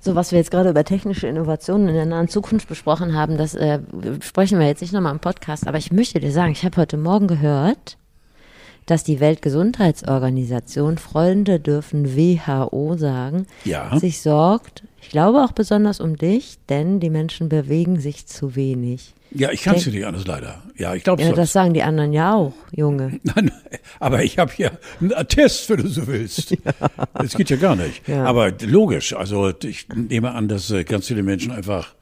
so was wir jetzt gerade über technische Innovationen in der nahen Zukunft besprochen haben, das äh, sprechen wir jetzt nicht nochmal im Podcast, aber ich möchte dir sagen, ich habe heute Morgen gehört, dass die Weltgesundheitsorganisation, Freunde dürfen WHO sagen, Ja. sich sorgt, ich glaube auch besonders um dich, denn die Menschen bewegen sich zu wenig. Ja, ich kann es dir nicht anders leider. Ja, ich glaube Ja, das sagen die anderen ja auch, Junge. Nein, aber ich habe hier einen Attest, wenn du so willst. Das geht ja gar nicht. Ja. Aber logisch, also ich nehme an, dass äh, ganz viele Menschen einfach,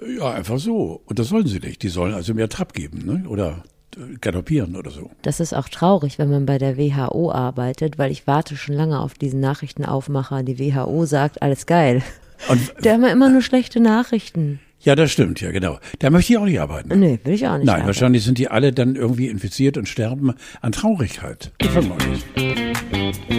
äh, ja, einfach so. Und das sollen sie nicht. Die sollen also mehr Trab geben, ne? oder äh, galoppieren oder so. Das ist auch traurig, wenn man bei der WHO arbeitet, weil ich warte schon lange auf diesen Nachrichtenaufmacher. Die WHO sagt, alles geil. Und Der haben ja immer nur schlechte Nachrichten. ja, das stimmt, ja, genau. Da möchte ich auch nicht arbeiten. Nee, will ich auch nicht. Nein, haben. wahrscheinlich sind die alle dann irgendwie infiziert und sterben an Traurigkeit. Ich fang mal an.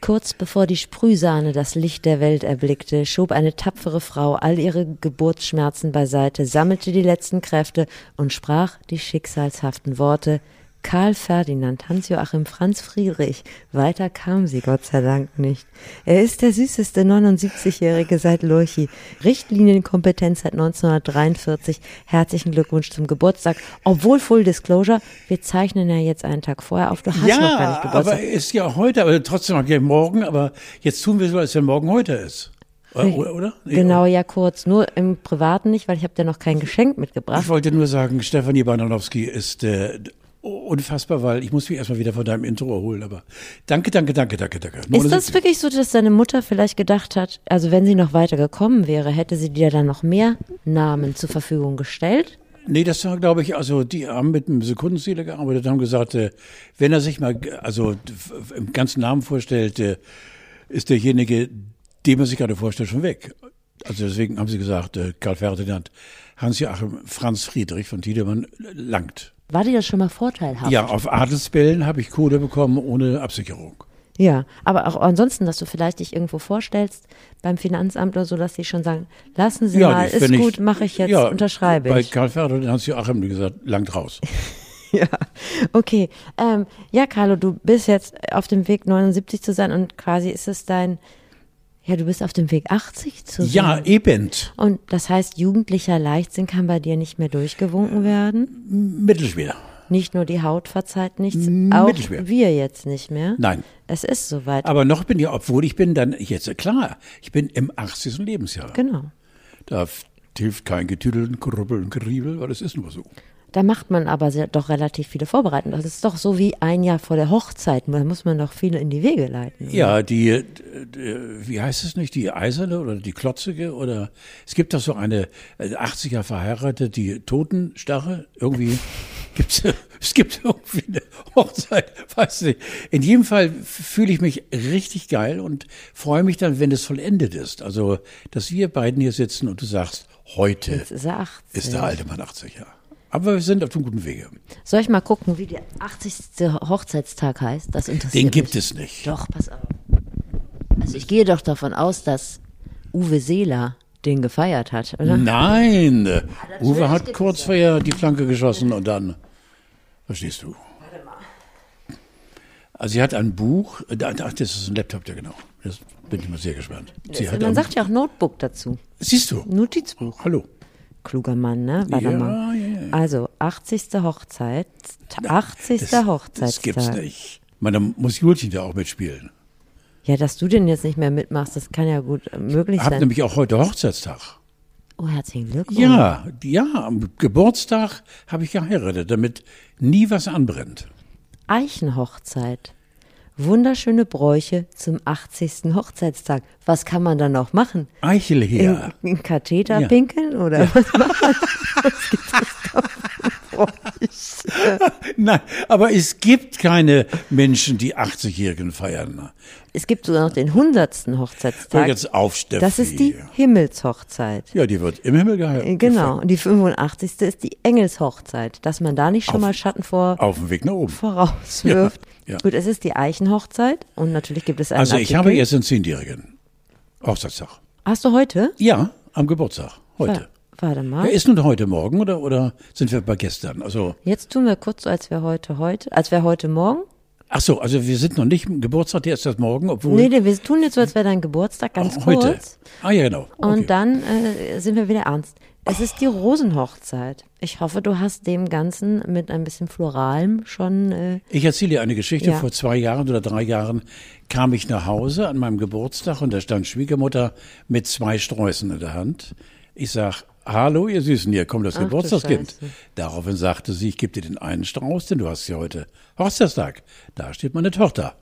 Kurz bevor die Sprühsahne das Licht der Welt erblickte, schob eine tapfere Frau all ihre Geburtsschmerzen beiseite, sammelte die letzten Kräfte und sprach die schicksalshaften Worte Karl Ferdinand, Hans-Joachim, Franz Friedrich. Weiter kam sie, Gott sei Dank nicht. Er ist der süßeste 79-Jährige seit Lurchi. Richtlinienkompetenz seit 1943. Herzlichen Glückwunsch zum Geburtstag. Obwohl Full Disclosure, wir zeichnen ja jetzt einen Tag vorher auf. Du hast noch gar nicht Ja, Geburtstag. aber ist ja heute, aber trotzdem auch gleich morgen, aber jetzt tun wir so, als wenn morgen heute ist. Oder? oder? Nee, Genau, ja kurz. Nur im Privaten nicht, weil ich habe dir noch kein Geschenk Ich mitgebracht. wollte nur sagen, Stefanie Bananowski ist äh, unfassbar, weil ich muss mich erstmal wieder von deinem Intro erholen, aber danke, danke, danke, danke, danke. Ist das wirklich so, dass deine Mutter vielleicht gedacht hat, also wenn sie noch weiter gekommen wäre, hätte sie dir dann noch mehr Namen zur Verfügung gestellt? Nee, das war, glaube ich, also die haben mit einem Sekundenziele gearbeitet, haben gesagt, äh, wenn er sich mal, äh, also f- f- im ganzen Namen vorstellt, äh, ist derjenige, dem er sich gerade vorstellt, schon weg. Also deswegen haben sie gesagt, äh, Karl Ferdinand, Hans-Joachim, Franz Friedrich von Tiedemann langt. War dir das schon mal vorteilhaft? Ja, auf Adelsbällen habe ich Kohle bekommen ohne Absicherung. Ja, aber auch ansonsten, dass du vielleicht dich irgendwo vorstellst beim Finanzamt oder so, dass die schon sagen, lassen Sie mal, das ist finde ich- gut, mache ich jetzt, ja, unterschreibe Bei ich. Karl Ferdinand Hans-Joachim gesagt, langt raus. Ja, okay. Ähm, ja, Carlo, du bist jetzt auf dem Weg 79 zu sein und quasi ist es dein, ja, du bist auf dem Weg 80 zu sein. Ja, eben. Und das heißt, jugendlicher Leichtsinn kann bei dir nicht mehr durchgewunken werden. Mittelschwer. Nicht nur die Haut verzeiht nichts, auch Mittelschwer. wir jetzt nicht mehr. Nein. Es ist soweit. Aber noch bin ich, obwohl ich bin dann jetzt, klar, ich bin im 80. Lebensjahr. genau. Da f- hilft kein Getüdel und Krubbel und Geriebel, weil das ist nur so. Da macht man aber sehr, doch relativ viele Vorbereitungen. Das ist doch so wie ein Jahr vor der Hochzeit. Da muss man doch viele in die Wege leiten. Ja, die, äh, wie heißt es nicht, die Eiserne oder die Klotzige oder, es gibt doch so eine äh, 80er verheiratet, die Totenstarre, irgendwie gibt's, es gibt irgendwie eine Hochzeit, weiß nicht. In jedem Fall fühle ich mich richtig geil und freue mich dann, wenn es vollendet ist. Also, dass wir beiden hier sitzen und du sagst, heute Jetzt ist er 80. ist der alte Mann 80 Jahre. Aber wir sind auf dem guten Wege. Soll ich mal gucken, wie der 80. Hochzeitstag heißt? Das interessiert Den mich. gibt es nicht. Doch, pass auf. Also ich gehe doch davon aus, dass Uwe Seeler den gefeiert hat, oder? Hm, Nein, Uwe hat kurz vorher die Flanke geschossen und dann, verstehst du? Also sie hat ein Buch, äh, da- ach, das ist ein Laptop, ja genau. Das bin ich mal sehr gespannt. Sie hat Man ein, sagt ja auch Notebook dazu. siehst du? Notizbuch. Hallo. Kluger Mann, ne? Warte Ja, mal. ja, ja. Also, 80. Hochzeit. 80. Hochzeitstag. Das gibt's nicht. Man, dann muss Julchen da auch mitspielen. Ja, dass du den jetzt nicht mehr mitmachst, das kann ja gut äh, möglich Hab sein. nämlich auch heute Hochzeitstag. Oh, herzlichen Glückwunsch. Ja, ja, am Geburtstag habe ich geheiratet, damit nie was anbrennt. Eichenhochzeit. Wunderschöne Bräuche zum 80. Hochzeitstag. Was kann man da noch machen? Eichel her. In, in Katheter Ja. pinkeln oder was macht man? Nein, aber es gibt keine Menschen, die 80-Jährigen feiern. Es gibt sogar noch den 100. Hochzeitstag. Hör jetzt auf, Steffi. das ist die Himmelshochzeit. Ja, die wird im Himmel geheiratet. Genau. Und die 85. ist die Engelshochzeit, dass man da nicht schon Auf- mal Schatten vor, Auf dem Weg nach oben. vorauswirft. Ja, ja. Gut, es ist die Eichenhochzeit und natürlich gibt es einen Also ich Artikel. habe jetzt einen Zehnjährigen. Hochzeitstag. Hast du heute? Ja, am Geburtstag. Heute. Warte mal. Ja, ist nun heute Morgen oder, oder sind wir bei gestern? Also, Jetzt tun wir kurz so, als wäre heute heute, als wäre heute morgen. ach so, also wir sind noch nicht im Geburtstag, der ist das morgen, obwohl Nee, nee, wir tun jetzt so, als wäre dein Geburtstag ganz heute. kurz. Ah ja, genau. Und Okay. dann äh, sind wir wieder ernst. Es ist die Rosenhochzeit. Ich hoffe, du hast dem Ganzen mit ein bisschen Floralem schon. Äh, Ich erzähle dir eine Geschichte. Ja. Vor zwei Jahren oder drei Jahren kam ich nach Hause an meinem Geburtstag und da stand Schwiegermutter mit zwei Sträußen in der Hand. Ich sag, hallo ihr Süßen, hier kommt das du Geburtstagskind. Scheiße. Daraufhin sagte sie, ich gebe dir den einen Strauß, denn du hast ja heute Hochzeitstag. Da steht meine Tochter.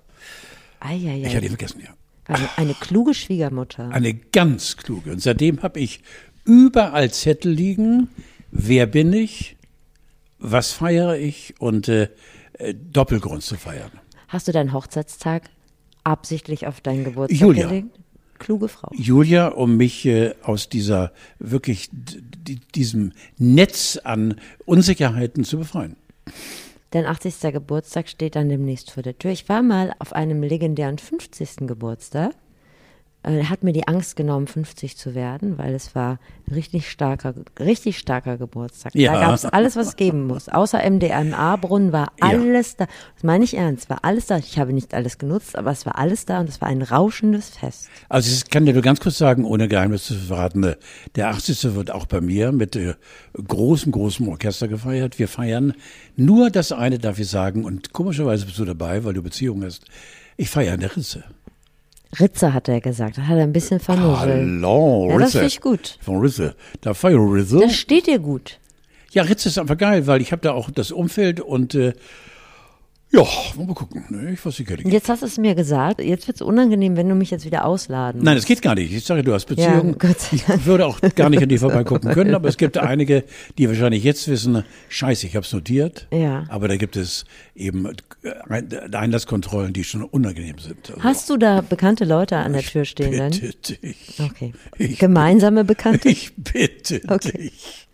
Ich hatte Eieiei. ihn vergessen, ja. Also eine kluge Schwiegermutter. Eine ganz kluge. Und seitdem habe ich überall Zettel liegen. Wer bin ich? Was feiere ich? Und äh, äh, Doppelgrund zu feiern. Hast du deinen Hochzeitstag absichtlich auf deinen Geburtstag Julia. gelegt? Kluge Frau. Julia, um mich äh, aus dieser wirklich d- di- diesem Netz an Unsicherheiten zu befreien. Dein 80. Geburtstag steht dann demnächst vor der Tür. Ich war mal auf einem legendären 50. Geburtstag. Äh, Hat mir die Angst genommen, 50 zu werden, weil es war ein richtig starker, richtig starker Geburtstag. Ja. Da gab es alles, was es geben muss. Außer MDMA-Brunnen war Ja. alles da. Das meine ich ernst, war alles da. Ich habe nicht alles genutzt, aber es war alles da und es war ein rauschendes Fest. Also ich kann dir nur ganz kurz sagen, ohne Geheimnis zu verraten, äh, der 80. wird auch bei mir mit äh, großem, großem Orchester gefeiert. Wir feiern nur das eine, darf ich sagen, und komischerweise bist du dabei, weil du Beziehung hast. Ich feiere eine Ritze. Ritze hat er gesagt, das hat er ein bisschen vernuschelt. Hallo, Ja, Ritze. das finde ich gut. Von Ritze. Da feiere Ritze. Das steht dir gut. Ja, Ritz ist einfach geil, weil ich habe da auch das Umfeld und äh, ja, wollen wir mal gucken. Ne? Ich weiß nicht, Kelly. Jetzt hast du es mir gesagt. Jetzt wird es unangenehm, wenn du mich jetzt wieder ausladen Nein, das geht gar nicht. Ich sage, du hast Ja, Beziehungen. Gott sei Dank. ich würde auch gar nicht an dir vorbeigucken können, aber es gibt einige, die wahrscheinlich jetzt wissen, scheiße, ich habe es notiert. Ja. Aber da gibt es eben äh, Ein- Einlasskontrollen, die schon unangenehm sind. Also, Hast du da bekannte Leute an der Tür stehen dann? bitte dich. Okay. Ich- Gemeinsame Bekannte? Ich bitte Okay. dich.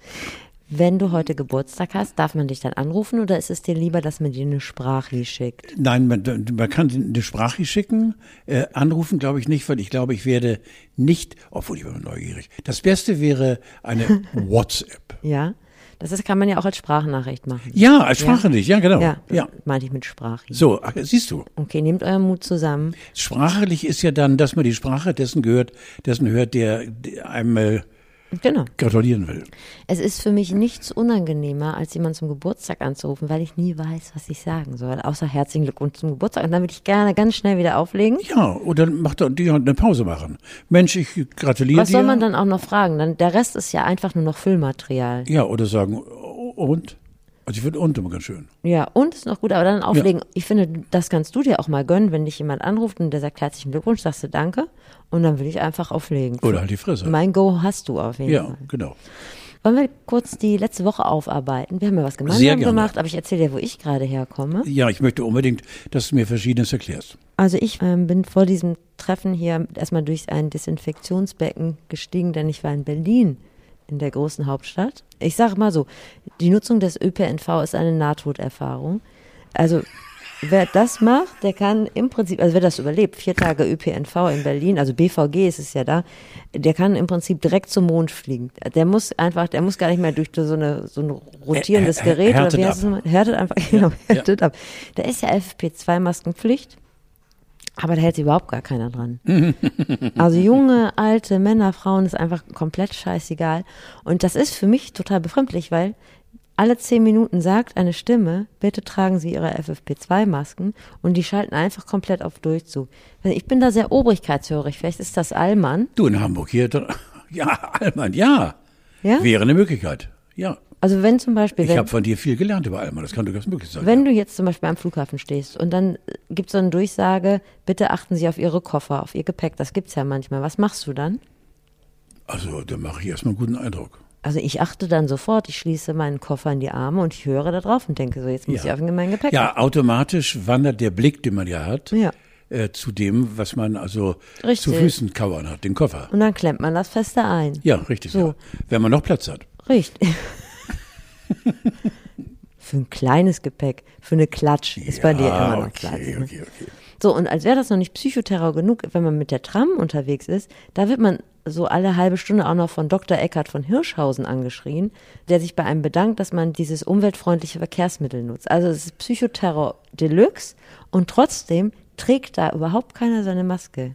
Wenn du heute Geburtstag hast, darf man dich dann anrufen oder ist es dir lieber, dass man dir eine Sprachli schickt? Nein, man, man kann eine Sprache schicken, äh, anrufen glaube ich nicht, weil ich glaube, ich werde nicht, obwohl ich bin neugierig. Das Beste wäre eine WhatsApp. Ja? Das ist, kann man ja auch als Sprachnachricht machen. Ja, als Sprache nicht, ja genau. Ja, Ja. meinte ich mit Sprachli. So, ach, siehst du, Okay, nehmt euren Mut zusammen. sprachlich ist ja dann, dass man die Sprache dessen gehört, dessen hört, der, der einem äh, Genau. gratulieren will. Es ist für mich nichts unangenehmer, als jemanden zum Geburtstag anzurufen, weil ich nie weiß, was ich sagen soll. Außer herzlichen Glückwunsch zum Geburtstag. Und dann würde ich gerne ganz schnell wieder auflegen. Ja, oder macht er- die halt eine Pause machen. Mensch, ich gratuliere Was dir. soll man dann auch noch fragen? Dann, der Rest ist ja einfach nur noch Füllmaterial. Ja, oder sagen oh, und. Also ich finde und immer ganz schön. Ja, und ist noch gut, aber dann auflegen. Ich finde, das kannst du dir auch mal gönnen, wenn dich jemand anruft und der sagt herzlichen Glückwunsch, sagst du danke und dann will ich einfach auflegen. Oder halt die Fresse. Mein Go hast du auf jeden Ja, Fall. genau. Wollen wir kurz die letzte Woche aufarbeiten? Wir haben ja was Sehr gemeinsam gerne. gemacht, aber ich erzähle dir, wo ich gerade herkomme. Ja, ich möchte unbedingt, dass du mir Verschiedenes erklärst. Also ich ähm, bin vor diesem Treffen hier erstmal durch ein Desinfektionsbecken gestiegen, denn ich war in Berlin, in der großen Hauptstadt. Ich sage mal so, die Nutzung des ÖPNV ist eine Nahtoderfahrung. Also wer das macht, der kann im Prinzip, also wer das überlebt, vier Tage ÖPNV in Berlin, also BVG ist es ja da, der kann im Prinzip direkt zum Mond fliegen. Der muss einfach, der muss gar nicht mehr durch so, eine, so ein rotierendes Ä- ä- ä- Gerät oder härtet wie ab. heißt es nochmal? Härtet einfach, genau, ja. härtet ab. Da ist ja FP2-Maskenpflicht. Aber da hält sich überhaupt gar keiner dran. also junge, alte Männer, Frauen ist einfach komplett scheißegal. Und das ist für mich total befremdlich, weil alle zehn Minuten sagt eine Stimme, bitte tragen Sie Ihre FFP2-Masken und die schalten einfach komplett auf Durchzug. Also Ich bin da sehr obrigkeitshörig, vielleicht ist das Allmann. Du in Hamburg hier, da- ja, Alman, ja, Ja? wäre eine Möglichkeit. Ja, Also wenn zum Beispiel, ich habe wenn, von dir viel gelernt über Alman, das kann durchaus möglich sein. wenn du jetzt zum Beispiel am Flughafen stehst und dann gibt es so eine Durchsage, bitte achten Sie auf Ihre Koffer, auf Ihr Gepäck, das gibt's ja manchmal. Was machst du dann? Also, da mache ich erstmal einen guten Eindruck. Also ich achte dann sofort, ich schließe meinen Koffer in die Arme und ich höre da drauf und denke so, jetzt muss ich auf mein Gepäck. Ja, automatisch wandert der Blick, den man ja hat, Ja. äh, zu dem, was man also Richtig. zu Füßen kauern hat, den Koffer. Und dann klemmt man das fester ein. Ja, richtig. So. Ja. Wenn man noch Platz hat. Richtig. für ein kleines Gepäck, für eine Klatsch ist bei dir Ah, immer noch Platz. okay, ne? okay, okay. So, und als wäre das noch nicht Psychoterror genug, wenn man mit der Tram unterwegs ist, da wird man so alle halbe Stunde auch noch von Dr. Eckert von Hirschhausen angeschrien, der sich bei einem bedankt, dass man dieses umweltfreundliche Verkehrsmittel nutzt. Also es ist Psychoterror Deluxe und trotzdem trägt da überhaupt keiner seine Maske.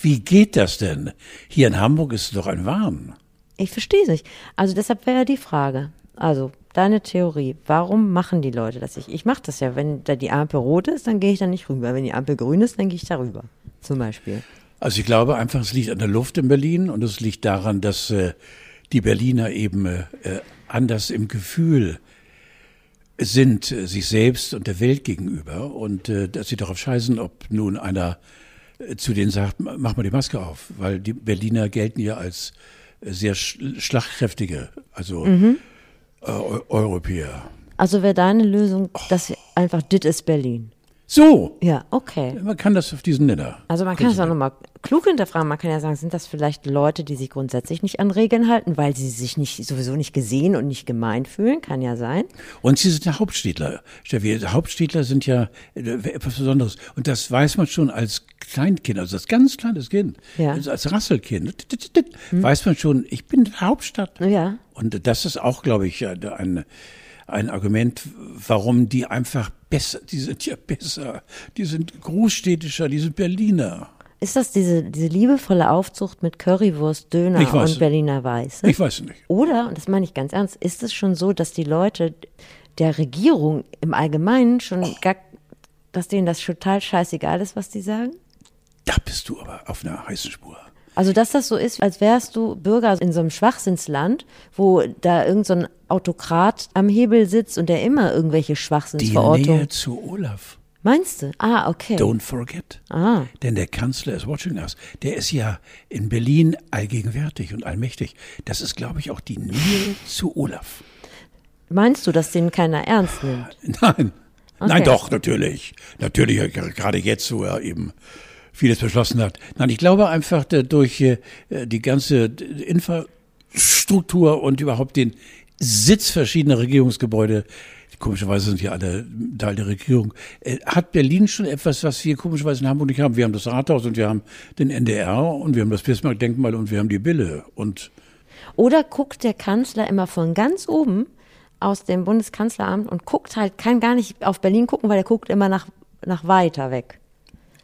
Wie geht das denn? Hier in Hamburg ist es doch ein Warm. Ich verstehe es nicht. Also deshalb wäre ja die Frage. Also, deine Theorie, warum machen die Leute das nicht? Ich mache das ja, wenn da die Ampel rot ist, dann gehe ich da nicht rüber. Wenn die Ampel grün ist, dann gehe ich da rüber, zum Beispiel. Also ich glaube einfach, es liegt an der Luft in Berlin und es liegt daran, dass äh, die Berliner eben äh, anders im Gefühl sind äh, sich selbst und der Welt gegenüber und äh, dass sie darauf scheißen, ob nun einer äh, zu denen sagt, mach mal die Maske auf, weil die Berliner gelten ja als äh, sehr sch schlagkräftige, also äh, Eu Europäer. Also wäre deine Lösung, dass wir einfach dit ist Berlin. So, Ja, okay. man kann das auf diesen Nenner. Also man kann es auch nochmal klug hinterfragen. Man kann ja sagen, sind das vielleicht Leute, die sich grundsätzlich nicht an Regeln halten, weil sie sich nicht sowieso nicht gesehen und nicht gemeint fühlen? Kann ja sein. Und sie sind ja Hauptstädtler. Steffi, Hauptstädtler sind ja äh, etwas Besonderes. Und das weiß man schon als Kleinkind, also als ganz kleines Kind, Ja. Hm. also als Rasselkind, tit, tit, tit, weiß man schon, ich bin in der Hauptstadt. Ja. Und das ist auch, glaube ich, ja, ein, ein Argument, warum die einfach besser, die sind ja besser, die sind großstädtischer, die sind Berliner. Ist das diese, diese liebevolle Aufzucht mit Currywurst, Döner Ich weiß. und Berliner Weiß? Ich weiß nicht. Oder, und das meine ich ganz ernst, ist es schon so, dass die Leute der Regierung im Allgemeinen schon gar, dass denen das total scheißegal ist, was die sagen? Da bist du aber auf einer heißen Spur. Also, dass das so ist, als wärst du Bürger in so einem Schwachsinnsland, wo da irgend so ein Autokrat am Hebel sitzt und der immer irgendwelche Die Schwachsinnsverortungen. Nähe zu Olaf. Meinst du? Ah, okay. Don't forget. Ah. Denn der Kanzler ist watching us. Der ist ja in Berlin allgegenwärtig und allmächtig. Das ist, glaube ich, auch die Nähe zu Olaf. Meinst du, dass den keiner ernst nimmt? Nein. Nein, doch, natürlich. Natürlich, ja, gerade jetzt, wo er eben vieles beschlossen hat. Nein, ich glaube einfach, da- durch äh, die ganze Infrastruktur und überhaupt den Sitz verschiedener Regierungsgebäude, komischerweise sind ja alle Teil der Regierung, äh, hat Berlin schon etwas, was wir komischerweise in Hamburg nicht haben. Wir haben das Rathaus und wir haben den NDR und wir haben das Bismarck-Denkmal und wir haben die Bille und Oder guckt der Kanzler immer von ganz oben aus dem Bundeskanzleramt und guckt halt, kann gar nicht auf Berlin gucken, weil er guckt immer nach, nach weiter weg.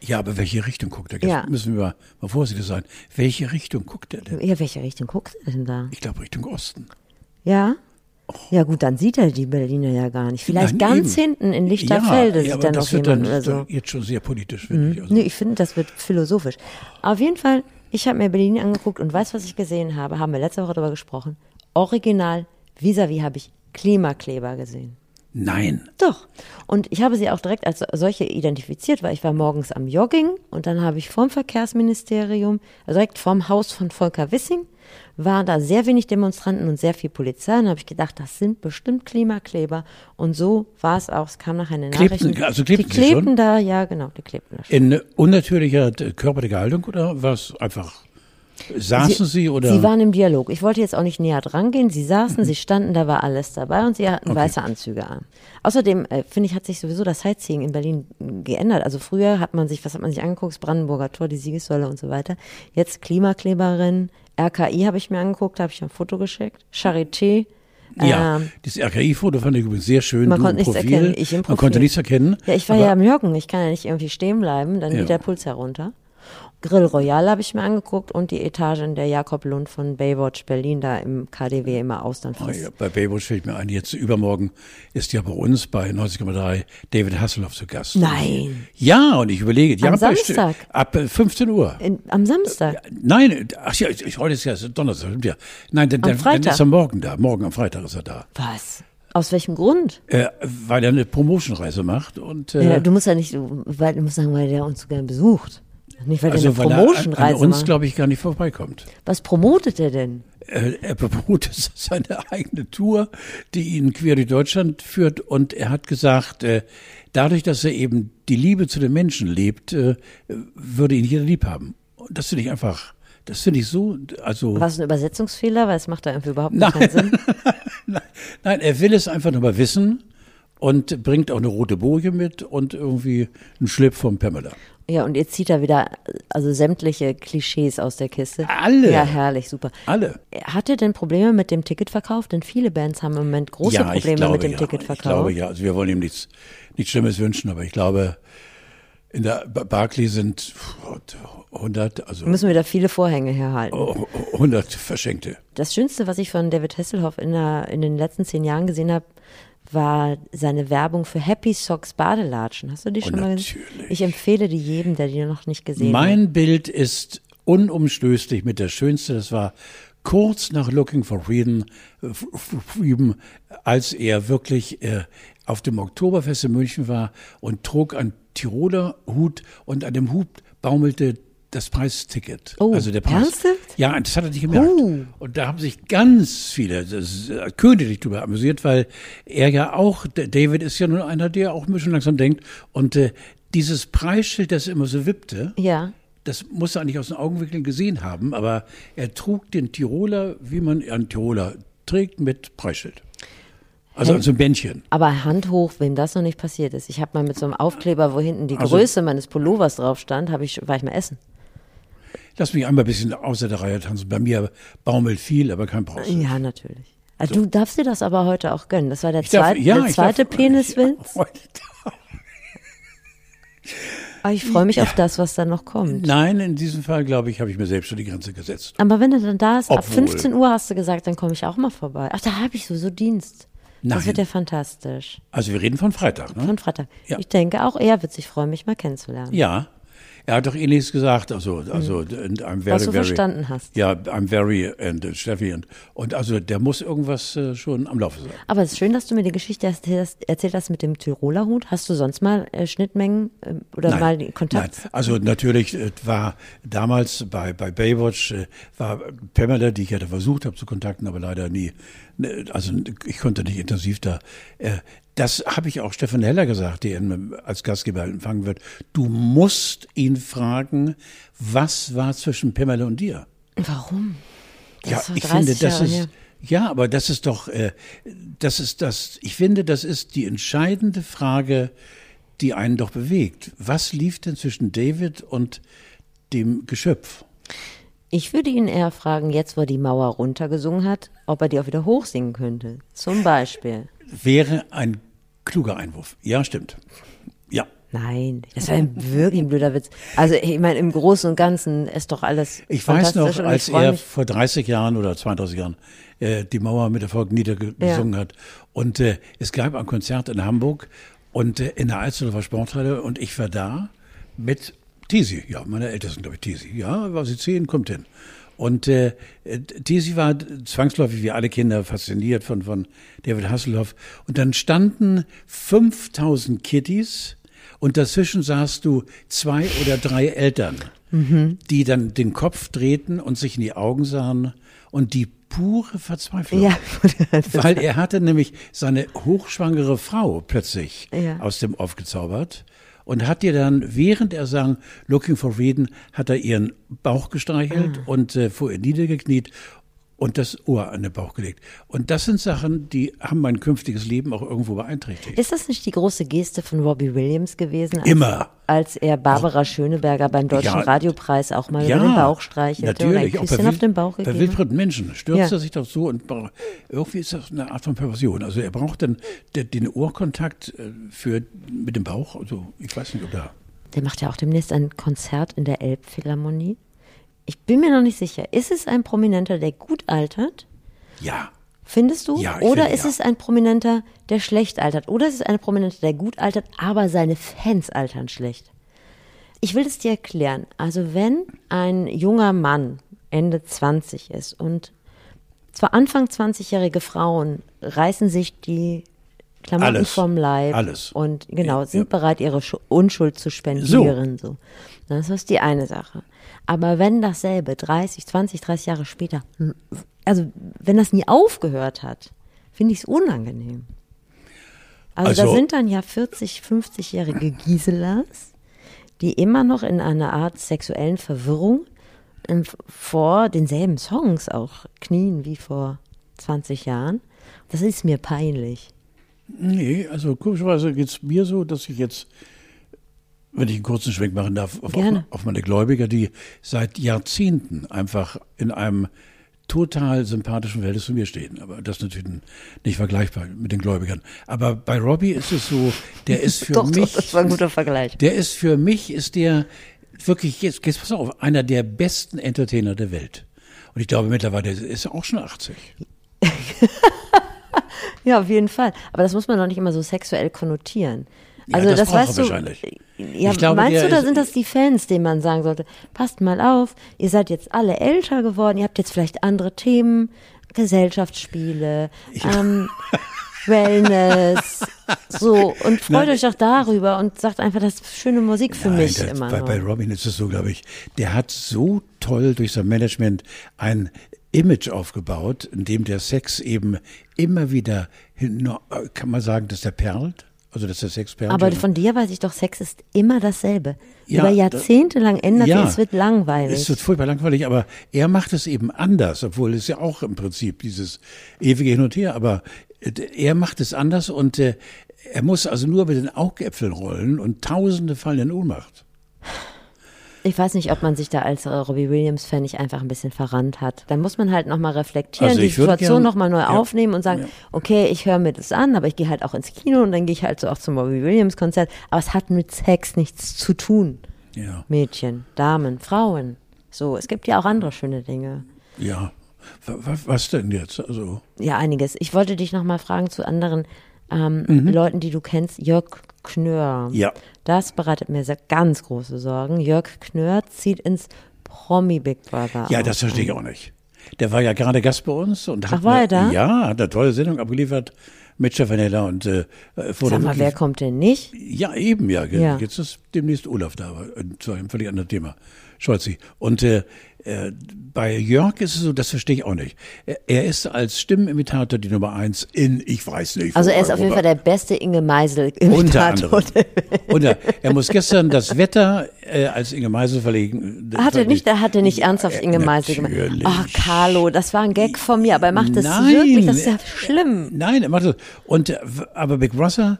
ja, aber welche Richtung guckt er? Jetzt Ja. müssen wir mal, mal vorsichtig sein. Welche Richtung guckt er denn? Ja, welche Richtung guckt er denn da? Ich glaube Richtung Osten. Ja? Ja gut, dann sieht er die Berliner ja gar nicht. Vielleicht Oh. Nein, ganz eben. hinten in Lichterfelde ja, sieht aber er noch das wird dann jemand oder ist so. Mhm. doch jetzt schon sehr politisch, finde ich. Also, Nee, ich finde, das wird philosophisch. Auf jeden Fall, ich habe mir Berlin angeguckt und weiß, was ich gesehen habe. Haben wir letzte Woche darüber gesprochen. Original, vis-à-vis habe ich Klimakleber gesehen. Nein, Doch. Und ich habe sie auch direkt als solche identifiziert, weil ich war morgens am Jogging und dann habe ich vorm Verkehrsministerium, also direkt vorm Haus von Volker Wissing, waren da sehr wenig Demonstranten und sehr viel Polizei. Und da habe ich gedacht, das sind bestimmt Klimakleber. Und so war es auch. Es kam nachher eine Klebten- Nachricht. also klebten die sie schon? klebten da, ja genau, die klebten da schon. in unnatürlicher äh, körperlicher Haltung oder was? Einfach saßen sie, oder? Mhm. Sie waren im Dialog. Ich wollte jetzt auch nicht näher dran gehen. Sie saßen, sie standen, da war alles dabei und sie hatten weiße Anzüge an. Außerdem, äh, finde ich, hat sich sowieso das Sightseeing in Berlin geändert. Also früher hat man sich, was hat man sich angeguckt? Das Brandenburger Tor, die Siegessäule und so weiter. Jetzt Klimakleberin, RKI habe ich mir angeguckt, habe ich ein Foto geschickt. Charité. ja, ähm, das RKI-Foto fand ich übrigens sehr schön. man du konnte im nichts Profil. erkennen, ich im Man Profil. konnte nichts erkennen. Ja, ich war Hm? aber ja am Joggen, ich kann ja nicht irgendwie stehen bleiben, dann Ja. geht der Puls herunter. Grill Royal habe ich mir angeguckt und die Etage, in der Jakob Lund von Baywatch Berlin da im KDW immer Austern Oh frisst. ja, bei Baywatch fällt mir ein, jetzt übermorgen ist ja bei uns bei 90,3 David Hasselhoff zu Gast. Nein. Ja, und ich überlege, ja, Am bei- Samstag. ab äh, 15 Uhr. In, am Samstag. Nein, ach ja, ich, heute ist ja Donnerstag, stimmt ja. Nein, dann, dann, dann Freitag. ist er morgen da. Morgen am Freitag ist er da. Was? Aus welchem Grund? Äh, weil er eine Promotion-Reise macht und äh, Ja, du musst ja nicht, du- weil, du musst sagen, weil der uns so gern besucht. Nicht, weil also der weil eine er an, an Promotion-Reise uns, macht. glaube ich, gar nicht vorbeikommt. Was promotet er denn? Äh, er beruht seine eigene Tour, die ihn quer durch Deutschland führt und er hat gesagt, äh, dadurch, dass er eben die Liebe zu den Menschen lebt, äh, würde ihn jeder lieb haben. Und das finde ich einfach, das finde ich so, also War es ein Übersetzungsfehler? Weil es macht da irgendwie überhaupt gar Nein. keinen Sinn. nein, er will es einfach nur mal wissen und bringt auch eine rote Boje mit und irgendwie einen Schlipp von Pamela. Ja, und jetzt zieht er wieder also sämtliche Klischees aus der Kiste. Alle. Ja, herrlich, super. Alle. Hat er denn Probleme mit dem Ticketverkauf? Denn viele Bands haben im Moment große ja, ich Probleme glaube, mit dem ja. Ticketverkauf. Ich glaube ja, also wir wollen ihm nichts, nichts Schlimmes wünschen, aber ich glaube, in der Bar- Barclay sind 100, also Müssen wir da viele Vorhänge herhalten. 100 Verschenkte. Das Schönste, was ich von David Hasselhoff in, der, in den letzten zehn Jahren gesehen habe, war seine Werbung für Happy Socks Badelatschen. Hast du die schon mal gesehen? natürlich. Ich empfehle die jedem, der die noch nicht gesehen hat. Mein Bild ist unumstößlich mit der schönste. Das war kurz nach Looking for Freedom, äh, F- F- Freedom als er wirklich äh, auf dem Oktoberfest in München war und trug einen Tiroler Hut und an dem Hut baumelte das Preisticket. Oh, also der Preis. ernsthaft? Ja, das hat er nicht gemerkt. Oh. Und da haben sich ganz viele das, äh, königlich drüber amüsiert, weil er ja auch, D- David ist ja nun einer, der auch ein bisschen langsam denkt. Und äh, dieses Preisschild, das immer so wippte, Ja. das muss er eigentlich aus den Augenwinkeln gesehen haben, aber er trug den Tiroler, wie man einen Tiroler trägt, mit Preisschild. Also so ein Bändchen. Aber Hand hoch, wem das noch nicht passiert ist. Ich habe mal mit so einem Aufkleber, wo hinten die Also- Größe meines Pullovers drauf stand, hab ich, war ich mal essen. Lass mich einmal ein bisschen außer der Reihe tanzen. Bei mir baumelt viel, aber kein Preisschild. Ja, natürlich. Also Du darfst dir das aber heute auch gönnen. Das war der, Ich darf- zweit, ja, der ich zweite darf- Peniswitz. Ja, heute- Aber Ah, ich freue mich auf das, was dann noch kommt. Nein, in diesem Fall, glaube ich, habe ich mir selbst schon die Grenze gesetzt. Aber wenn er dann da ist, ab Obwohl. 15 Uhr hast du gesagt, dann komme ich auch mal vorbei. Ach, da habe ich sowieso Dienst. Das Nein. wird ja fantastisch. Also wir reden von Freitag, ne? Von Freitag. Ja. Ich denke, auch er wird sich freuen, mich mal kennenzulernen. Ja. Er hat doch ähnliches gesagt, also, also, and I'm very, Hm. Was du very, verstanden hast. Ja, I'm very, and äh, Steffi, and, und also, der muss irgendwas äh, schon am Laufe sein. Aber es ist schön, dass du mir die Geschichte erzählst- erzählt hast mit dem Tiroler Hut. Hast du sonst mal äh, Schnittmengen äh, oder mal den Kontakt? Nein. Also natürlich äh, war damals bei, bei Baywatch äh, war Pamela, die ich ja da versucht habe zu kontakten, aber leider nie. ne, Also ich konnte nicht intensiv da. äh, Das habe ich auch Stefan Heller gesagt, der ihn als Gastgeber empfangen wird. Du musst ihn fragen, was war zwischen Pamela und dir? Warum? Das Ja, ist doch ich finde, 30 das Jahre ist her. ja, aber das ist doch, äh, das ist das. Ich finde, das ist die entscheidende Frage, die einen doch bewegt. Was lief denn zwischen David und dem Geschöpf? Ich würde ihn eher fragen, jetzt wo er die Mauer runtergesungen hat, ob er die auch wieder hochsingen könnte. Zum Beispiel. Wäre ein kluger Einwurf. Ja, stimmt. Ja, Nein, das war ein wirklich ein blöder Witz. Also ich meine, im Großen und Ganzen ist doch alles ich weiß noch, fantastisch und als ich freue er mich. vor 30 Jahren oder 32 Jahren äh, die Mauer mit Erfolg niedergesungen hat und äh, es gab ein Konzert in Hamburg und äh, in der Alsdorfer Sporthalle und ich war da mit Tesi, ja, meiner Ältesten, glaube ich, Tesi. Ja, war sie zehn, kommt hin. Und äh, äh, Tesi war zwangsläufig wie alle Kinder fasziniert von, von David Hasselhoff. Und dann standen 5000 Kitties und dazwischen sahst du zwei oder drei Eltern, die dann den Kopf drehten und sich in die Augen sahen und die pure Verzweiflung. Ja, Weil er hatte nämlich seine hochschwangere Frau plötzlich Ja. aus dem Off gezaubert und hat ihr dann, während er sang Looking for Reden, hat er ihren Bauch gestreichelt Ah. und äh, vor ihr niedergekniet und das Ohr an den Bauch gelegt. Und das sind Sachen, die haben mein künftiges Leben auch irgendwo beeinträchtigt. ist das nicht die große Geste von Robbie Williams gewesen? Als, Immer. Als er Barbara Schöneberger beim Deutschen Ja. Radiopreis auch mal über den Bauch streichelte Natürlich, und ein auch bei, Küsschen auf wild- den Bauch bei gegeben hat? wildfremden Menschen stürzt Ja. er sich doch so und bra- irgendwie ist das eine Art von Perversion. Also er braucht dann de- den Ohrkontakt äh, für mit dem Bauch. Also ich weiß nicht, ob da. Der macht ja auch demnächst ein Konzert in der Elbphilharmonie. Ich bin mir noch nicht sicher. Ist es ein Prominenter, der gut altert? Ja. Findest du? Ja, ich Oder finde, ist ja. es ein Prominenter, der schlecht altert? Oder ist es ein Prominenter, der gut altert, aber seine Fans altern schlecht? Ich will es dir erklären. Also wenn ein junger Mann Ende 20 ist und zwar Anfang 20-jährige Frauen reißen sich die Klamotten Alles. vom Leib Alles. und genau Ja, sind ja. bereit, ihre Schu- Unschuld zu spendieren. So. Das ist die eine Sache. Aber wenn dasselbe 30, 20, 30 Jahre später, also wenn das nie aufgehört hat, finde ich es unangenehm. Also, da Also- sind dann ja 40, 50-jährige Giselas, die immer noch in einer Art sexuellen Verwirrung ähm, vor denselben Songs auch knien wie vor 20 Jahren. Das ist mir peinlich. Nee, also komischerweise geht es mir so, dass ich jetzt, wenn ich einen kurzen Schwenk machen darf, auf, Gerne. auf meine Gläubiger, die seit Jahrzehnten einfach in einem total sympathischen Verhältnis zu mir stehen. Aber das ist natürlich nicht vergleichbar mit den Gläubigern. Aber bei Robbie ist es so, der ist für doch, mich. doch, das war ein guter Vergleich. Der ist für mich, ist der wirklich, jetzt, jetzt pass auf, einer der besten Entertainer der Welt. Und ich glaube mittlerweile ist er auch schon 80. Ja, auf jeden Fall. Aber das muss man doch nicht immer so sexuell konnotieren. Also das das, braucht weißt er du. wahrscheinlich. Ja, Ich glaube, meinst der du, da ist- sind das die Fans, denen man sagen sollte, passt mal auf, ihr seid jetzt alle älter geworden, ihr habt jetzt vielleicht andere Themen, Gesellschaftsspiele, ähm, Wellness, so und freut euch doch darüber und sagt einfach, das ist schöne Musik für mich das, immer bei, nur. bei Robin ist es so, glaube ich. Der hat so toll durch sein Management ein Image aufgebaut, in dem der Sex eben immer wieder, hin, kann man sagen, dass der perlt? Also, dass der Sex perlt? Aber von dir weiß ich doch, Sex ist immer dasselbe. Ja, Über da- Jahrzehnte lang ändert Ja. sich, es wird langweilig. Es wird furchtbar langweilig, aber er macht es eben anders, obwohl es ja auch im Prinzip dieses ewige Hin und Her, aber äh, er macht es anders und äh, er muss also nur mit den Augäpfeln rollen und Tausende fallen in Ohnmacht. Ich weiß nicht, ob man sich da als äh, Robbie Williams-Fan nicht einfach ein bisschen verrannt hat. Dann muss man halt nochmal reflektieren, Also die ich würde Situation gern- nochmal neu ja. aufnehmen und sagen, okay, ich höre mir das an, aber ich gehe halt auch ins Kino und dann gehe ich halt so auch zum Robbie Williams-Konzert. Aber es hat mit Sex nichts zu tun. Ja, Mädchen, Damen, Frauen. So, es gibt ja auch andere schöne Dinge. ja. Wa- wa- Was denn jetzt? Also, Ja, einiges. Ich wollte dich nochmal fragen zu anderen ähm, Mhm. Leuten, die du kennst. Jörg Knör. Ja. Das bereitet mir sehr, ganz große Sorgen. Jörg Knör zieht ins Promi Big Brother. ja, auf. das verstehe ich auch nicht. Der war ja gerade Gast bei uns und hat Ach, war er eine, da? ja, hat eine tolle Sendung abgeliefert mit Stefanella und äh, äh, vor Sag dem mal, wer kommt denn nicht? Ja, eben, ja. Ge- Ja. Jetzt ist demnächst Olaf da, aber äh, zu einem völlig anderen Thema. Scholzi. Und äh, äh, bei Jörg ist es so, das verstehe ich auch nicht. Er, er ist als Stimmenimitator die Nummer eins in, ich weiß nicht. wo Also er ist auf jeden Europa. Fall der beste Inge Meisel Unter Imitator. anderem. Und er, er muss gestern das Wetter äh, als Inge Meisel verlegen. Hat er nicht, da hat er nicht ernsthaft Inge Meisel gemacht. Natürlich. Ach, Carlo, das war ein Gag von mir, aber er macht das Nein. wirklich, das ist ja schlimm. Nein, er macht das. Und, äh, w- aber Big Brother,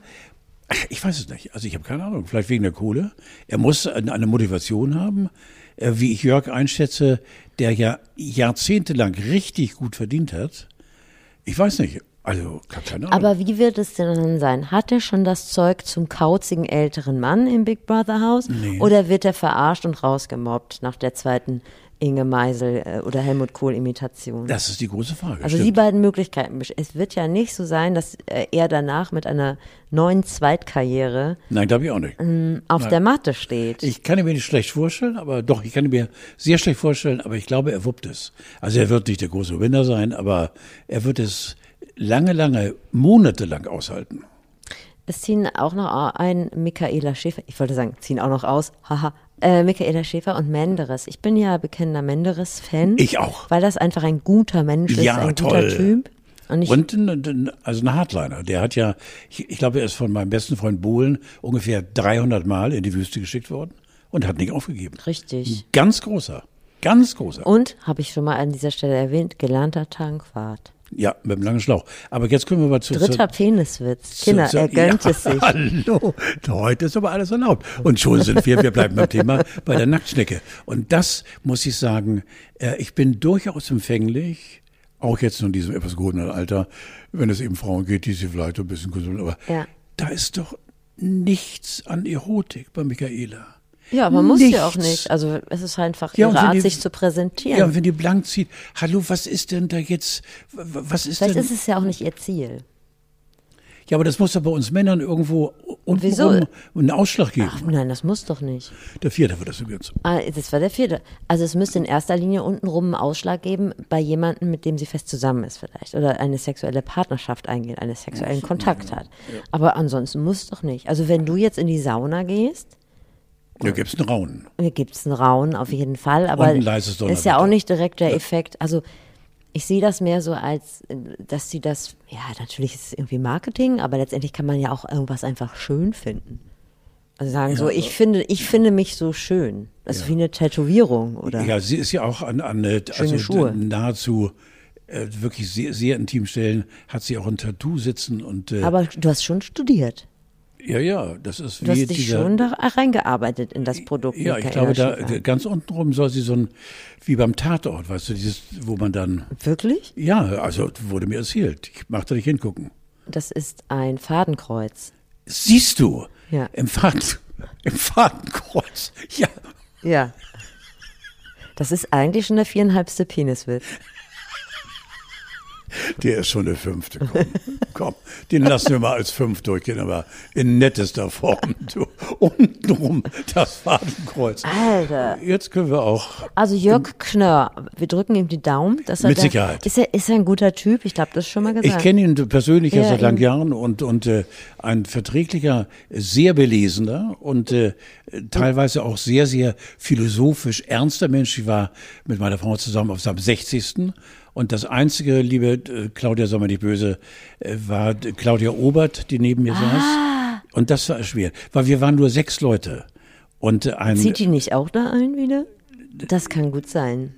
ach, ich weiß es nicht. Also ich habe keine Ahnung. Vielleicht wegen der Kohle. Er muss eine eine Motivation haben. Äh, Wie ich Jörg einschätze, der ja jahrzehntelang richtig gut verdient hat. Ich weiß nicht. Also, ich hab keine Ahnung. Aber wie wird es denn dann sein? Hat er schon das Zeug zum kauzigen älteren Mann im Big Brother Haus? Oder wird er verarscht und rausgemobbt nach der zweiten Inge Meisel äh, oder Helmut Kohl Imitation? das ist die große Frage. Also die Stimmt. beiden Möglichkeiten. Es wird ja nicht so sein, dass äh, er danach mit einer neuen Zweitkarriere hm, Nein, glaube ich auch nicht. auf der Matte steht. Ich kann ihn mir nicht schlecht vorstellen, aber doch, ich kann ihn mir sehr schlecht vorstellen, aber ich glaube, er wuppt es. Also er wird nicht der große Winner sein, aber er wird es lange, lange, monatelang aushalten. Es ziehen auch noch ein Michaela Schäfer, ich wollte sagen, ziehen auch noch aus, haha, äh, Michaela Schäfer und Menderes. Ich bin ja bekennender Menderes-Fan. Ich auch. Weil das einfach ein guter Mensch ist, Ja, ein toll. guter Typ. Und ich, Und ein, ein- also ein Hardliner, der hat ja, ich, ich glaube, er ist von meinem besten Freund Bohlen ungefähr 300 Mal in die Wüste geschickt worden und hat nicht aufgegeben. richtig. Ganz großer, ganz großer. Und, habe ich schon mal an dieser Stelle erwähnt, gelernter Tankwart. Ja, mit dem langen Schlauch. Aber jetzt können wir mal zu... Dritter Peniswitz. Kinder, So- so- er gönnt ja, es sich. Hallo, heute ist aber alles erlaubt. Und schon sind wir, wir bleiben beim Thema, bei der Nacktschnecke. Und das muss ich sagen, äh, ich bin durchaus empfänglich, auch jetzt in diesem etwas gehobenen Alter, wenn es eben Frauen geht, die sie vielleicht ein bisschen konsumieren, aber Ja. da ist doch nichts an Erotik bei Michaela. Ja, man muss ja auch Nichts. nicht. Also es ist einfach Ja, und ihre wenn Art, die- sich zu präsentieren. Ja, und wenn die blank zieht, hallo, was ist denn da jetzt, w- w- was ist Vielleicht denn? ist es ja auch nicht ihr Ziel. ja, aber das muss doch bei uns Männern irgendwo untenrum Wieso? einen Ausschlag geben. Ach nein, das muss doch nicht. Der vierte wird das übrigens. Ah, das war der vierte. Also es müsste in erster Linie untenrum einen Ausschlag geben bei jemandem, mit dem sie fest zusammen ist vielleicht. Oder eine sexuelle Partnerschaft eingeht, einen sexuellen Kontakt hat. Aber ansonsten muss doch nicht. Also wenn du jetzt in die Sauna gehst, Da gibt's einen Raunen. mir gibt's einen Raunen auf jeden Fall, aber ein leises ist ja auch Donnerwetter. nicht direkt der Effekt. Also ich sehe das mehr so als, äh, dass sie das, ja, natürlich ist es irgendwie Marketing, aber letztendlich kann man ja auch irgendwas einfach schön finden. Also sagen so, ich finde, ich finde mich so schön. Das ist wie eine Tätowierung, oder? Ja, sie ist ja auch an, an äh, Schöne Schuhe. d- nahezu äh, äh, wirklich sehr, sehr intim Stellen hat sie auch ein Tattoo sitzen und äh, Aber du hast schon studiert. ja, ja, das ist Du wie hast dich dieser. schon da reingearbeitet in das Produkt. ja, ich Michaela glaube, da Schäfer. ganz untenrum soll sie so ein, wie beim Tatort, weißt du, dieses, wo man dann, Wirklich? ja, also wurde mir erzählt, ich machte nicht hingucken. Das ist ein Fadenkreuz. Siehst du? Ja. Im, Faden, Im Fadenkreuz. Ja. Ja. Das ist eigentlich schon der viereinhalbste Peniswitz. Der ist schon der fünfte. Komm, komm den lassen wir mal als fünf durchgehen, aber in nettester Form. Du. Untenrum das Fadenkreuz. Ah. Alter. Jetzt können wir auch. Also Jörg Knörr, wir drücken ihm die Daumen. Dass er Mit da- Sicherheit. Ist er, ist er ein guter Typ? Ich glaube, das ist schon mal gesagt. Ich kenne ihn persönlich ja Ja, seit langen eben. Jahren und, und äh, ein verträglicher, sehr belesener und äh, teilweise auch sehr, sehr philosophisch ernster Mensch. Ich war mit meiner Frau zusammen auf seinem 60. Und das einzige, liebe äh, Claudia Sommer, nicht böse, äh, war äh, Claudia Obert, die neben mir Ah. saß. Und das war schwer, weil wir waren nur sechs Leute. Und äh, ein, Zieht die nicht auch da ein wieder? Das kann gut sein.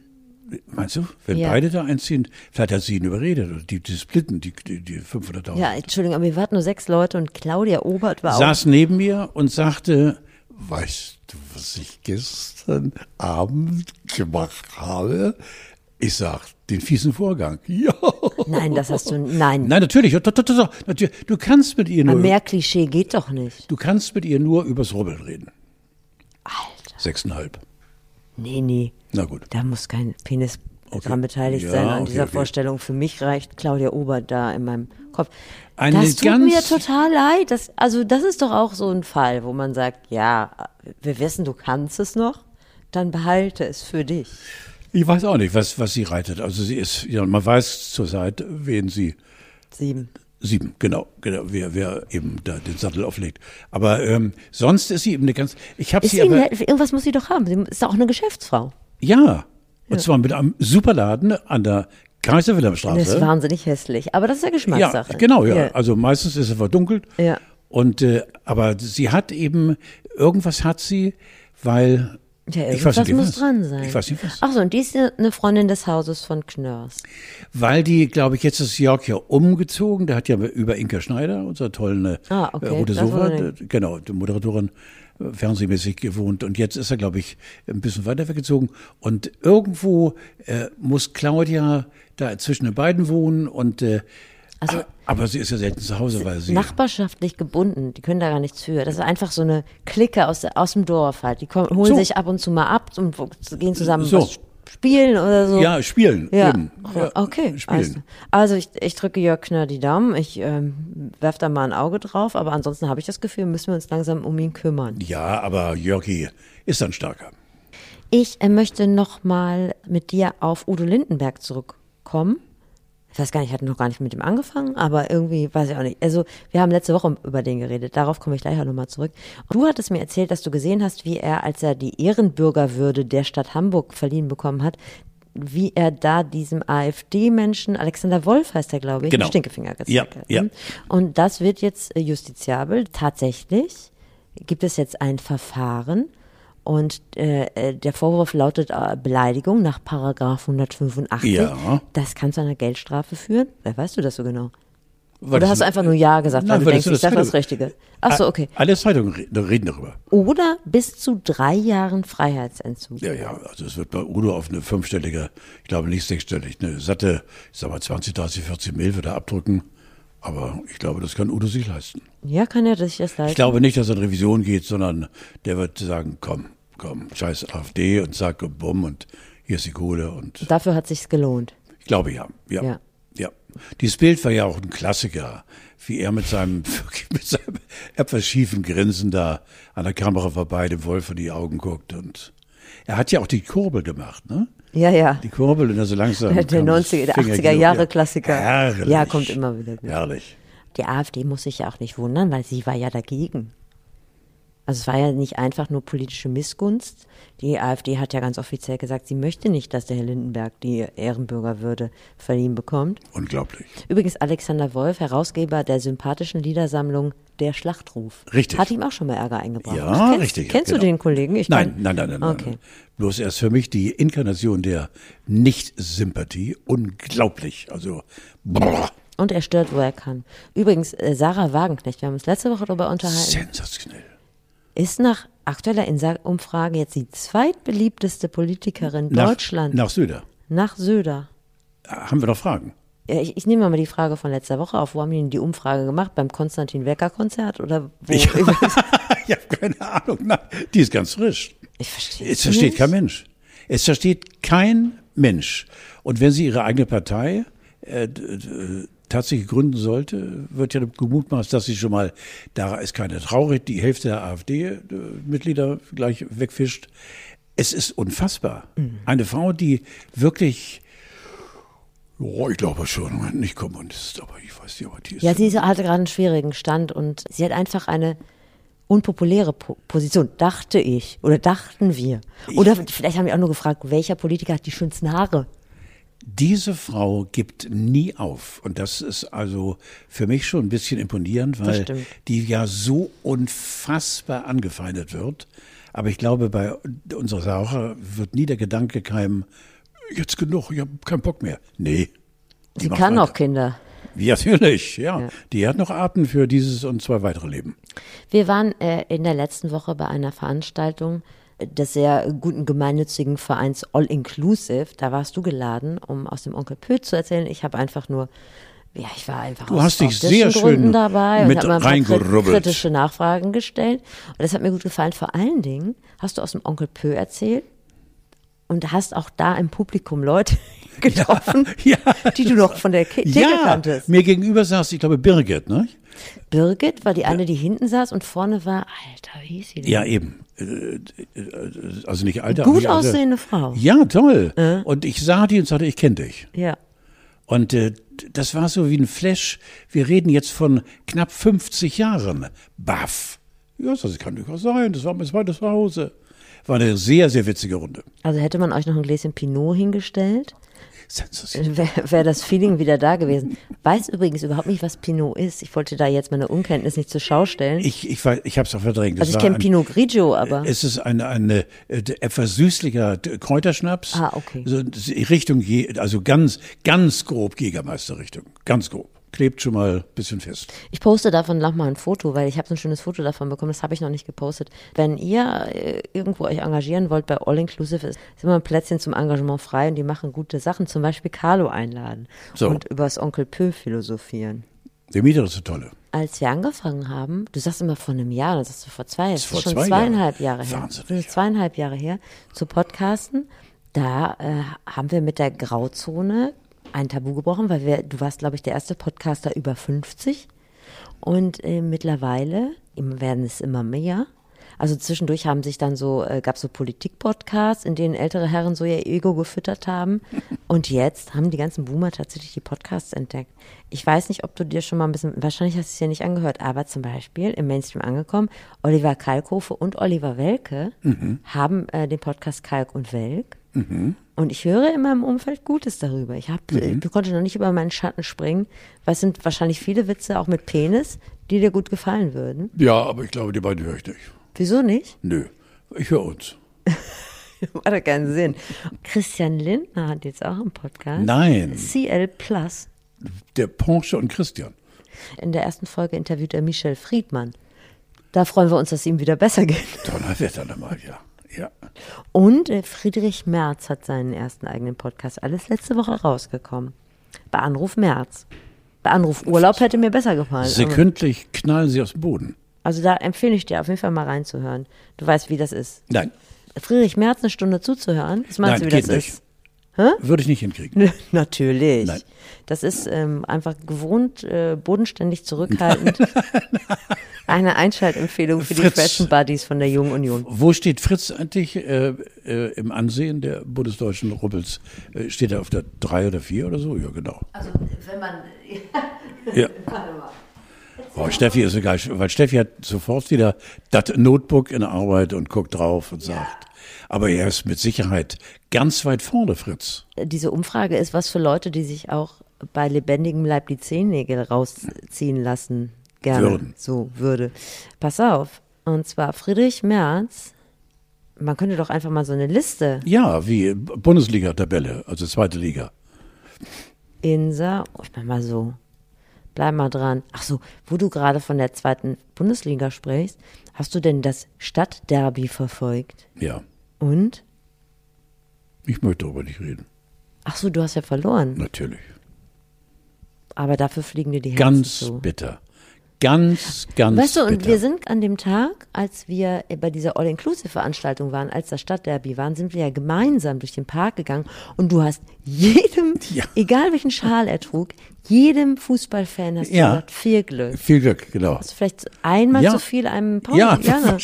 meinst du, wenn Ja. beide da einziehen, vielleicht hat sie ihn überredet, oder die, die splitten, die, die, die 500.000. Ja, Entschuldigung, aber wir hatten nur sechs Leute und Claudia Obert war auch. saß neben mir und sagte, Weißt du, was ich gestern Abend gemacht habe? ich sag, den fiesen Vorgang. Ja. Nein, das hast du. Nein. Nein, natürlich. doch, doch, doch, doch, natürlich. Du kannst mit ihr Aber nur, mehr Klischee geht doch nicht. du kannst mit ihr nur übers Rubbeln reden. Alter. Sechseinhalb. Nee, nee. Na gut. Da muss kein Penis Okay. dran beteiligt Ja, sein an okay, dieser okay. Vorstellung. Für mich reicht Claudia Obert da in meinem Kopf. Eine das tut ganz- mir total leid. Das, also das ist doch auch so ein Fall, wo man sagt, ja, wir wissen, du kannst es noch, dann behalte es für dich. Ich weiß auch nicht, was, was sie reitet. Also sie ist, ja, man weiß zurzeit, wen sie Sieben. Sieben, genau, genau, wer, wer eben da den Sattel auflegt. Aber ähm, sonst ist sie eben eine ganz. Ich habe Ist sie sie aber nett? irgendwas muss sie doch haben. Sie ist doch auch eine Geschäftsfrau. ja, und zwar mit einem Superladen an der Kaiser Wilhelmstraße. Das ist wahnsinnig hässlich. Aber das ist ja Geschmackssache. Ja, genau, ja. Also meistens ist er verdunkelt. Ja. Und äh, aber sie hat eben irgendwas hat sie, weil Ja, ich irgendwas weiß nicht, muss was. dran sein. Ich weiß nicht was. Ach so, und die ist eine Freundin des Hauses von Knörs. Weil die, glaube ich, jetzt ist Jörg ja umgezogen. Der hat ja über Inka Schneider, unser tollen Ah, okay. äh, rote Das Sofa, wurde- äh, genau, die Moderatorin, äh, fernsehmäßig gewohnt. Und jetzt ist er, glaube ich, ein bisschen weiter weggezogen. Und irgendwo äh, muss Claudia da zwischen den beiden wohnen. Und äh, Also- a- aber sie ist ja selten zu Hause, weil sie Nachbarschaftlich gebunden, die können da gar nichts für. Das ist einfach so eine Clique aus, aus dem Dorf halt. Die kommen, holen So. sich ab und zu mal ab und wo- gehen zusammen So. was spielen oder so. ja spielen. Ja. Eben. Ja, okay. Also, Spielen. also ich, ich drücke Jörg Knör die Daumen. Ich ähm, werfe da mal ein Auge drauf, aber ansonsten habe ich das Gefühl, müssen wir uns langsam um ihn kümmern. Ja, aber Jörgi ist dann starker. Ich äh, möchte nochmal mit dir auf Udo Lindenberg zurückkommen. Ich weiß gar nicht, ich hatte noch gar nicht mit ihm angefangen, aber irgendwie weiß ich auch nicht. Also, wir haben letzte Woche über den geredet, darauf komme ich gleich auch nochmal zurück. Und du hattest mir erzählt, dass du gesehen hast, wie er, als er die Ehrenbürgerwürde der Stadt Hamburg verliehen bekommen hat, wie er da diesem AfD-Menschen, Alexander Wolf heißt er, glaube ich, Genau. den Stinkefinger gezeigt Ja, hat. ne? ja. Und das wird jetzt äh, justiziabel. Tatsächlich gibt es jetzt ein Verfahren und äh, äh, der Vorwurf lautet äh, Beleidigung nach Paragraph 185. Ja. Das kann zu einer Geldstrafe führen. Wer weißt du das so genau? Weil Oder das- hast du einfach nur Ja gesagt, weil Nein, du weil denkst, das ich ist das sage das Gute. Richtige? Ach so, okay. Alle Zeitungen re- reden darüber. Oder bis zu drei Jahren Freiheitsentzug. Ja, ja, also es wird bei Udo auf eine fünfstellige, ich glaube nicht sechsstellig, eine satte, ich sag mal 20, 30, 40 Mil wird er abdrücken. Aber ich glaube, das kann Udo sich leisten. Ja, kann er sich das leisten? Ich glaube nicht, dass er in Revision geht, sondern der wird sagen, komm, komm, scheiß AfD und zack und bumm und hier ist die Kohle und Dafür hat sich's gelohnt. ich glaube ja, ja. Ja. ja. dieses Bild war ja auch ein Klassiker, wie er mit seinem, wirklich mit seinem etwas schiefen Grinsen da an der Kamera vorbei dem Wolf in die Augen guckt. Und er hat ja auch die Kurbel gemacht, ne? Ja, ja. Die Kurbel und dann so langsam. Der kam das 90er, der Fingerchen 80er Jahre hoch. Klassiker. Herrlich. Ja, kommt immer wieder gut. Herrlich. Die AfD muss sich ja auch nicht wundern, weil sie war ja dagegen. Also es war ja nicht einfach nur politische Missgunst. Die AfD hat ja ganz offiziell gesagt, sie möchte nicht, dass der Herr Lindenberg die Ehrenbürgerwürde verliehen bekommt. Unglaublich. Übrigens Alexander Wolf, Herausgeber der sympathischen Liedersammlung der Schlachtruf. Richtig. Hat ihm auch schon mal Ärger eingebracht. Ja, kennst, richtig, Kennst du genau. den Kollegen? Ich Nein, kann- nein, nein, nein, nein, Okay. nein. Bloß er ist für mich die Inkarnation der Nicht-Sympathie. Unglaublich. Also, brrr, Und er stört, wo er kann. Übrigens, äh, Sarah Wagenknecht, wir haben uns letzte Woche darüber unterhalten, sensationell. ist nach aktueller Insa- Umfrage jetzt die zweitbeliebteste Politikerin Nach- Deutschlands Nach Süder. nach Söder. Haben wir noch Fragen? Ja, ich, ich nehme mal die Frage von letzter Woche auf. Wo haben die denn die Umfrage gemacht? Beim Konstantin Wecker-Konzert oder wo? Ich, ich habe keine Ahnung. Nein, die ist ganz frisch. Ich verstehe Es versteht kein Mensch. Es versteht kein Mensch. Und wenn sie ihre eigene Partei äh, d- d- tatsächlich gründen sollte, wird ja gemutmaßt, dass sie schon mal, da ist keine traurig, die Hälfte der AfD-Mitglieder gleich wegfischt. Es ist unfassbar. Eine Frau, die wirklich, oh, ich glaube schon, nicht Kommunist, aber ich weiß nicht, aber die ist. Ja, sie ist- hatte gerade einen schwierigen Stand und sie hat einfach eine unpopuläre po Position, dachte ich. Oder dachten wir. Oder vielleicht haben wir auch nur gefragt, welcher Politiker hat die schönsten Haare? Diese Frau gibt nie auf. Und das ist also für mich schon ein bisschen imponierend, weil stimmt. die ja so unfassbar angefeindet wird. Aber ich glaube, bei unserer Sache wird nie der Gedanke keimen, jetzt genug, ich habe keinen Bock mehr. Nee. die Sie macht kann weiter. auch Kinder. Ja, natürlich, ja. Die hat noch Arten für dieses und zwei weitere Leben. Wir waren äh, in der letzten Woche bei einer Veranstaltung des sehr guten gemeinnützigen Vereins All Inclusive. Da warst du geladen, um aus dem Onkel Pöt zu erzählen. Ich habe einfach nur, ja, ich war einfach Du aus, hast dich aus sehr diesen Gründen schön dabei mit und habe mal ein paar kri- reingerubbelt. kritische Nachfragen gestellt. Und das hat mir gut gefallen. Vor allen Dingen hast du aus dem Onkel Pö erzählt und hast auch da im Publikum Leute getroffen, ja. die du noch von der Ki- Theke Ja, kanntest. mir gegenüber saß, ich glaube, Birgit, ne? Birgit war die eine, die hinten saß und vorne war, Alter, wie hieß sie denn? Ja, eben. Äh, äh, Also nicht alter. Gut nicht alter. aussehende Frau. Äh. Ja, toll. Und ich sah die und sagte, ich kenne dich. ja. Und äh, das war so wie ein Flash. Wir reden jetzt von knapp 50 Jahren. Baff. Ja, das kann durchaus sein. Das war mein zweites Zuhause. War eine sehr, sehr witzige Runde. Also hätte man euch noch ein Gläschen Pinot hingestellt, Sensationell. wäre wär das Feeling wieder da gewesen. Weiß übrigens überhaupt nicht, was Pinot ist. Ich wollte da jetzt meine Unkenntnis nicht zur Schau stellen. Ich, ich, war- ich habe es auch verdrängt. also Es ich war kenne ein- Pinot Grigio, aber Es ist ein, ein äh, etwas süßlicher d- Kräuterschnaps. Ah, okay. So, das- Richtung, Je- also ganz, ganz grob Jägermeister-Richtung. Ganz grob. Klebt schon mal ein bisschen fest. ich poste davon nochmal ein Foto, weil ich habe so ein schönes Foto davon bekommen, das habe ich noch nicht gepostet. Wenn ihr äh, irgendwo euch engagieren wollt bei All Inclusive, ist, ist immer ein Plätzchen zum Engagement frei und die machen gute Sachen, zum Beispiel Carlo einladen So. und übers Onkel Pö philosophieren. Der Mieter ist so tolle. als wir angefangen haben, du sagst immer vor einem Jahr, dann sagst du vor zwei, das ist vor schon zwei zweieinhalb Jahre, Jahren. her. Wahnsinnig, Das ist zweieinhalb Jahre her, zu Podcasten, da äh, haben wir mit der Grauzone ein Tabu gebrochen, weil wir, du warst, glaube ich, der erste Podcaster über 50 und äh, mittlerweile im- werden es immer mehr. Also zwischendurch haben sich dann so, äh, gab so Politik-Podcasts, in denen ältere Herren so ihr Ego gefüttert haben. Und jetzt haben die ganzen Boomer tatsächlich die Podcasts entdeckt. Ich weiß nicht, ob du dir schon mal ein bisschen, wahrscheinlich hast du es ja nicht angehört, aber zum Beispiel im Mainstream angekommen, Oliver Kalkofe und Oliver Welke haben äh, den Podcast Kalk und Welk. Und ich höre in meinem Umfeld Gutes darüber. Ich, hab, ich konnte noch nicht über meinen Schatten springen, weil es sind wahrscheinlich viele Witze, auch mit Penis, die dir gut gefallen würden. Ja, aber ich glaube, die beiden höre ich nicht. Wieso nicht? Nö, ich höre uns. Macht doch keinen Sinn. Christian Lindner hat jetzt auch einen Podcast. Nein, CL Plus. der Porsche und Christian. In der ersten Folge interviewt er Michel Friedmann. Da freuen wir uns, dass es ihm wieder besser geht. Donnerwetter nochmal, ja. Ja. Und äh, Friedrich Merz hat seinen ersten eigenen Podcast. Alles letzte Woche rausgekommen. Bei Anruf Merz. Bei Anruf Urlaub hätte mir besser gefallen. aber- Sekündlich knallen sie aus dem Boden. Also da empfehle ich dir auf jeden Fall mal reinzuhören. Du weißt, wie das ist. Nein, Friedrich Merz eine Stunde zuzuhören, das meinst Nein, du, wie das geht nicht. ist? würde ich nicht hinkriegen. Nö, Natürlich. Nein. Das ist ähm, einfach gewohnt, äh, bodenständig zurückhaltend. Eine Einschaltempfehlung für die Fritz. Fashion Buddies von der Jungen Union. Wo steht Fritz eigentlich äh, äh, im Ansehen der bundesdeutschen Ruppels? Äh, steht er auf der drei oder vier oder so? Ja, genau. Also wenn man Ja. Oh, Steffi ist egal, weil Steffi hat sofort wieder das Notebook in der Arbeit und guckt drauf und sagt. Aber er ist mit Sicherheit ganz weit vorne, Fritz. diese Umfrage ist, was für Leute, die sich auch bei lebendigem Leib die Zehennägel rausziehen lassen, gerne Würden. so würde. Pass auf. Und zwar Friedrich Merz. Man könnte doch einfach mal so eine Liste. Ja, wie Bundesliga-Tabelle, also zweite Liga. Insa, oh, ich mach mal so. Bleib mal dran. Ach so, wo du gerade von der zweiten Bundesliga sprichst, hast du denn das Stadtderby verfolgt? Ja, Und? ich möchte darüber nicht reden, Ach so, du hast ja verloren. natürlich. Aber dafür fliegen dir die Herzen Ganz zu. bitter. Ganz, ganz Weißt du, und bitter. wir sind an dem Tag, als wir bei dieser All-Inclusive-Veranstaltung waren, als das Stadtderby waren, sind wir ja gemeinsam durch den Park gegangen und du hast jedem, Ja. egal welchen Schal er trug, jedem Fußballfan hast Ja. du gesagt, viel Glück. Viel Glück, genau. Hast du vielleicht einmal Ja. zu viel einem Paul? Ja, gerne.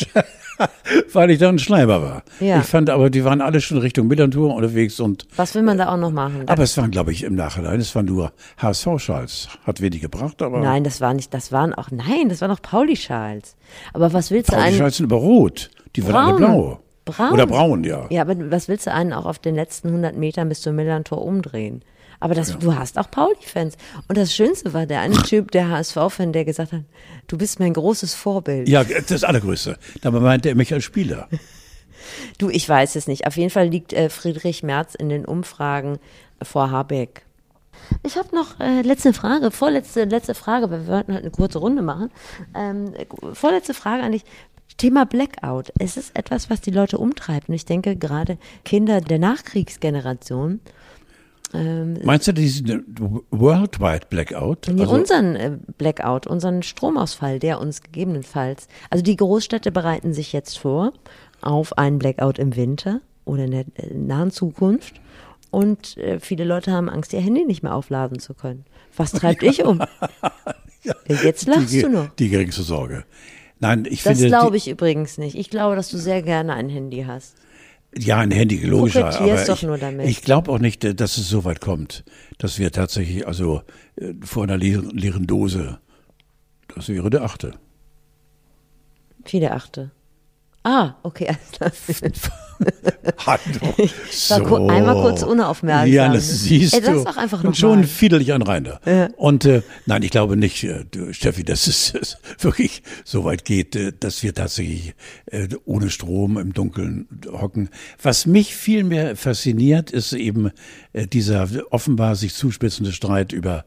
weil ich da ein Schleimer war. Ja. Ich fand aber, die waren alle schon Richtung Millantour unterwegs und Was will man da auch noch machen? aber es waren, glaube ich, im Nachhinein, es waren nur HSV-Schals. Hat wenig gebracht, aber Äh, nein, das war nicht, das waren auch, nein, das waren auch Pauli-Schals. Aber was willst du die einen? Schals sind aber rot. Die waren alle Braun. blau. Braun. Oder braun, ja. Ja, aber was willst du einen auch auf den letzten 100 Metern bis zum Millantor umdrehen? Aber das, du hast auch Pauli-Fans. Und das Schönste war der eine Typ, der HSV-Fan, der gesagt hat, du bist mein großes Vorbild. Ja, das Allergrößte. Dabei meinte er mich als Spieler. Du, ich weiß es nicht. Auf jeden Fall liegt äh, Friedrich Merz in den Umfragen vor Habeck. Ich habe noch äh, letzte Frage, vorletzte letzte Frage, weil wir wollten halt eine kurze Runde machen. Ähm, äh, vorletzte Frage an dich. Thema Blackout. Es ist etwas, was die Leute umtreibt. Und ich denke, gerade Kinder der Nachkriegsgeneration, Meinst du diesen Worldwide Blackout? nee, Also, unseren äh, Blackout, unseren Stromausfall, der uns gegebenenfalls, also die Großstädte bereiten sich jetzt vor auf einen Blackout im Winter oder in der äh, nahen Zukunft. Und äh, viele Leute haben Angst, ihr Handy nicht mehr aufladen zu können. Was treibt dich um? Jetzt lachst die, du noch. Die geringste Sorge. Nein, ich Das finde. glaube ich übrigens nicht. Ich glaube, dass du sehr gerne ein Handy hast. Die, ja, ein Handy, logischer. Aber Kokettierst doch ich, nur damit. ich glaube auch nicht, äh, dass es so weit kommt, dass wir tatsächlich, also äh, vor einer leeren, leeren Dose, das wäre der achte. Viele achte. Ah, okay, alles klar. Hallo. war Ah, so. ku- einmal kurz unaufmerksam. Ja, das siehst Ey, du. sag's doch einfach noch Und schon mal. fiedel ich einen rein da. Und äh, nein, ich glaube nicht, äh, du, Steffi, dass es es wirklich so weit geht, äh, dass wir tatsächlich äh, ohne Strom im Dunkeln hocken. Was mich viel mehr fasziniert, ist eben äh, dieser offenbar sich zuspitzende Streit über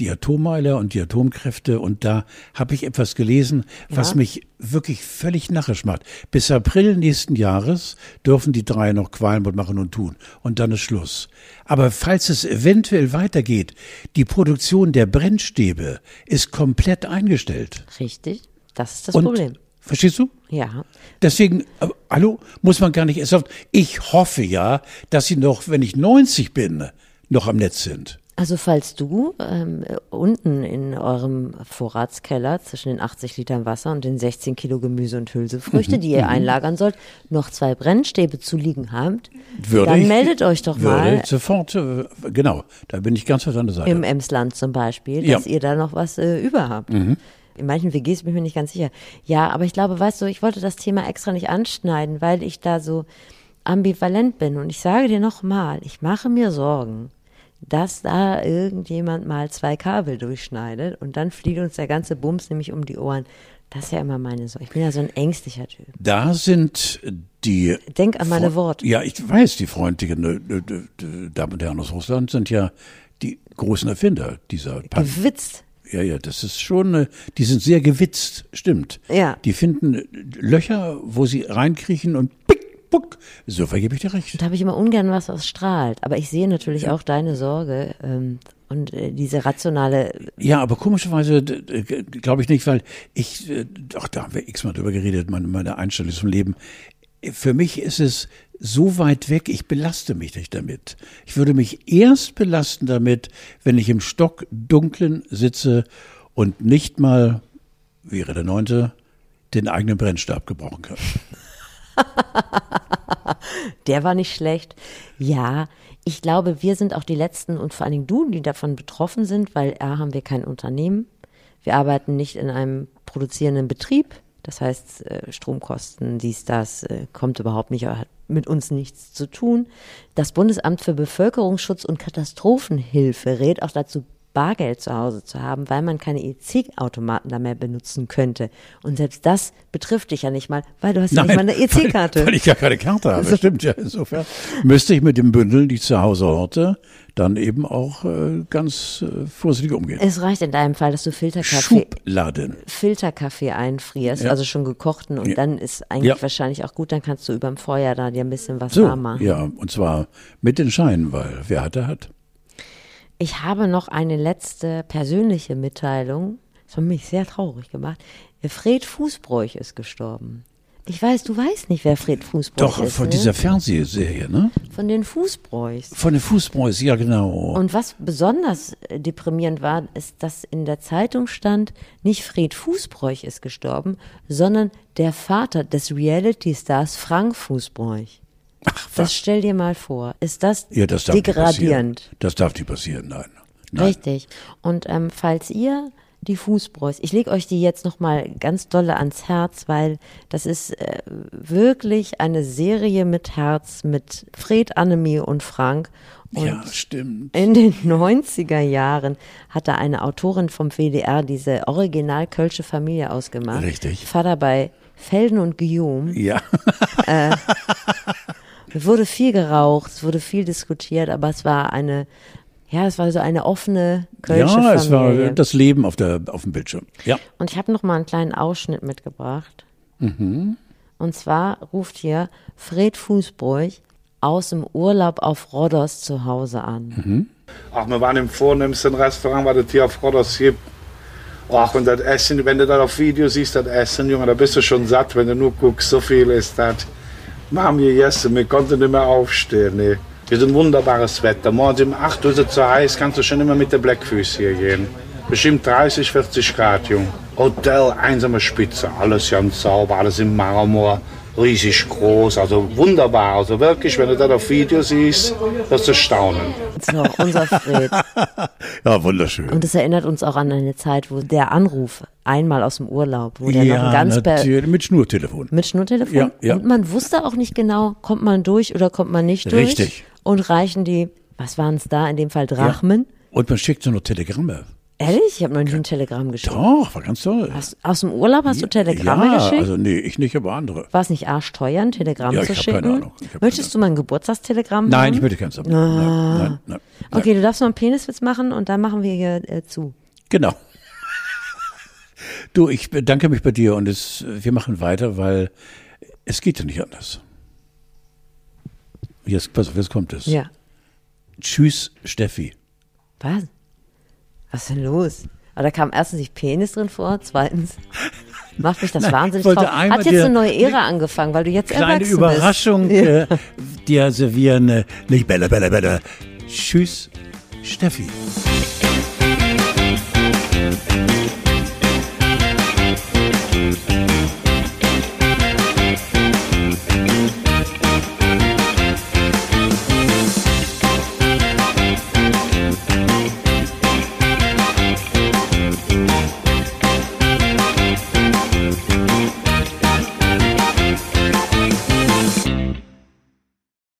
die Atommeiler und die Atomkräfte. Und da habe ich etwas gelesen, was mich wirklich völlig narrisch macht. Bis April nächsten Jahres dürfen die drei noch Qualmut machen und tun. Und dann ist Schluss. Aber falls es eventuell weitergeht, die Produktion der Brennstäbe ist komplett eingestellt. Richtig, das ist das Und, Problem. Verstehst du? Ja. Deswegen, äh, hallo, muss man gar nicht erst auf. Ich hoffe ja, dass sie noch, wenn ich 90 bin, noch am Netz sind. Also falls du ähm, äh, unten in eurem Vorratskeller zwischen den 80 Litern Wasser und den 16 Kilo Gemüse und Hülsefrüchte, die ihr einlagern sollt, noch zwei Brennstäbe zu liegen habt, Würde dann ich- meldet euch doch Würde mal sofort, äh, genau, da bin ich ganz auf deiner Seite. im Emsland zum Beispiel, Ja. dass ihr da noch was äh, über habt. In manchen WGs bin ich mir nicht ganz sicher. Ja, aber ich glaube, weißt du, ich wollte das Thema extra nicht anschneiden, weil ich da so ambivalent bin. Und ich sage dir nochmal, ich mache mir Sorgen, dass da irgendjemand mal zwei Kabel durchschneidet und dann fliegt uns der ganze Bums nämlich um die Ohren. Das ist ja immer meine Sorge. Ich bin ja so ein ängstlicher Typ. Da sind die. Denk an meine Fre- Worte. Ja, ich weiß, die freundlichen äh, äh, äh, Damen und Herren aus Russland sind ja die großen Erfinder dieser Pan Gewitzt. Ja, ja, das ist schon. äh, Die sind sehr gewitzt, stimmt. Ja. Die finden äh, Löcher, wo sie reinkriechen und pick, buck. So vergebe ich dir recht. Da habe ich immer ungern was, was strahlt. Aber ich sehe natürlich auch deine Sorge ähm, und äh, diese rationale Ja, aber komischerweise glaube ich nicht, weil ich, äh, ach, da haben wir x-mal drüber geredet, meine, meine Einstellung zum Leben. Für mich ist es so weit weg, ich belaste mich nicht damit. Ich würde mich erst belasten damit, wenn ich im Stockdunklen sitze und nicht mal, wäre der neunte, den eigenen Brennstab gebrauchen kann. Der war nicht schlecht. Ja, ich glaube, wir sind auch die Letzten und vor allen Dingen du, die davon betroffen sind, weil A, haben wir kein Unternehmen. Wir arbeiten nicht in einem produzierenden Betrieb. Das heißt, äh, Stromkosten, dies, das, äh, kommt überhaupt nicht, hat mit uns nichts zu tun. Das Bundesamt für Bevölkerungsschutz und Katastrophenhilfe rät auch dazu, Bargeld zu Hause zu haben, weil man keine EC-Automaten da mehr benutzen könnte. Und selbst das betrifft dich ja nicht mal, weil du hast ja E nicht mal eine Weil, weil EC-Karte. ich ja keine Karte habe. Stimmt ja. Insofern müsste ich mit dem Bündel, die ich zu Hause horte, dann eben auch äh, ganz äh, vorsichtig umgehen. Es reicht in deinem Fall, dass du Filterkaffee, Schubladen. Filterkaffee einfrierst, also schon gekochten und Ja. dann ist eigentlich Ja. wahrscheinlich auch gut, dann kannst du überm Feuer da dir ein bisschen was So, warm machen. ja, und zwar mit den Scheinen, weil wer hat, der hat. Ich habe noch eine letzte persönliche Mitteilung. Das hat mich sehr traurig gemacht. Fred Fußbräuch ist gestorben. Ich weiß, du weißt nicht, wer Fred Fußbräuch Doch, ist. von ne? dieser Fernsehserie, ne? von den Fußbräuchs. Von den Fußbräus, ja genau. Und was besonders äh, deprimierend war, ist, dass in der Zeitung stand, nicht Fred Fußbräuch ist gestorben, sondern der Vater des Reality-Stars Frank Fußbräuch. Ach, Das stell dir mal vor. Ist das, ja, das darf Nicht degradierend? passieren. Das darf nicht passieren, nein. nein. Richtig. Und ähm, falls ihr die Fußbräus, ich lege euch die jetzt nochmal ganz dolle ans Herz, weil das ist äh, wirklich eine Serie mit Herz mit Fred, Annemie und Frank. Und ja, stimmt. in den 90er Jahren hatte eine Autorin vom WDR diese original kölsche Familie ausgemacht. Richtig. Vater bei Felden und Guillaume. Ja, wurde viel geraucht, es wurde viel diskutiert, aber es war eine, ja, es war so eine offene kölsche ja es war Familie. das Leben auf, der, auf dem Bildschirm. Ja, Und ich habe noch mal einen kleinen Ausschnitt mitgebracht. Mhm. Und zwar ruft hier Fred Fußbruch aus dem Urlaub auf Rhodos zu Hause an. Mhm. Ach, wir waren im vornehmsten Restaurant, was es hier auf Rodos gibt. Ach, und das Essen, wenn du das auf Video siehst, das Essen, Junge, da bist du schon satt, wenn du nur guckst, so viel ist das. Wir haben gegessen, wir konnten nicht mehr aufstehen, nee. Wir sind wunderbares Wetter. Morgens um 8 Uhr ist es so heiß, kannst du schon immer mit der Blackfüße hier gehen. Bestimmt 30, 40 Grad, Junge. Hotel, einsame Spitze, alles ganz sauber, alles im Marmor, riesig groß, also wunderbar. Also wirklich, wenn du das auf Video siehst, wirst du staunen. So, unser Fred. ja wunderschön. Und es erinnert uns auch an eine Zeit, wo der Anruf einmal aus dem Urlaub, wo der noch ein ganz per natürlich, mit Schnurtelefon. mit Schnurtelefon. Ja, ja. Und man wusste auch nicht genau, kommt man durch oder kommt man nicht durch. Richtig. Und reichen die, was waren es da, in dem Fall Drachmen? Und man schickte noch Telegramme. Ehrlich? Ich habe noch nie ein Telegramm geschickt. Doch, war ganz toll. Aus, aus dem Urlaub hast du Telegramme ja, geschickt? also nee, ich nicht, aber andere. War es nicht arschteuer, ein Telegramm Ja, ich zu hab schicken? keine Ahnung. Ich hab keine Möchtest du mal ein Geburtstagstelegramm Nein, haben? ich möchte keins haben. Nein, nein, nein, nein. Ah. Okay, du darfst noch einen Peniswitz machen und dann machen wir hier äh, zu. Genau. Du, ich bedanke mich bei dir und es, wir machen weiter, weil es geht ja nicht anders. Jetzt, pass auf, jetzt kommt es. Ja. Tschüss, Steffi. Was? Was ist denn los? Aber da kam erstens nicht Penis drin vor, zweitens macht mich das wahnsinnig ich wollte traurig. einmal Hat jetzt dir eine neue Ära angefangen, weil du jetzt Kleine erwachsen Überraschung bist. äh, dir servieren. äh, Nicht Bella, Bella, Bella. Tschüss, Steffi.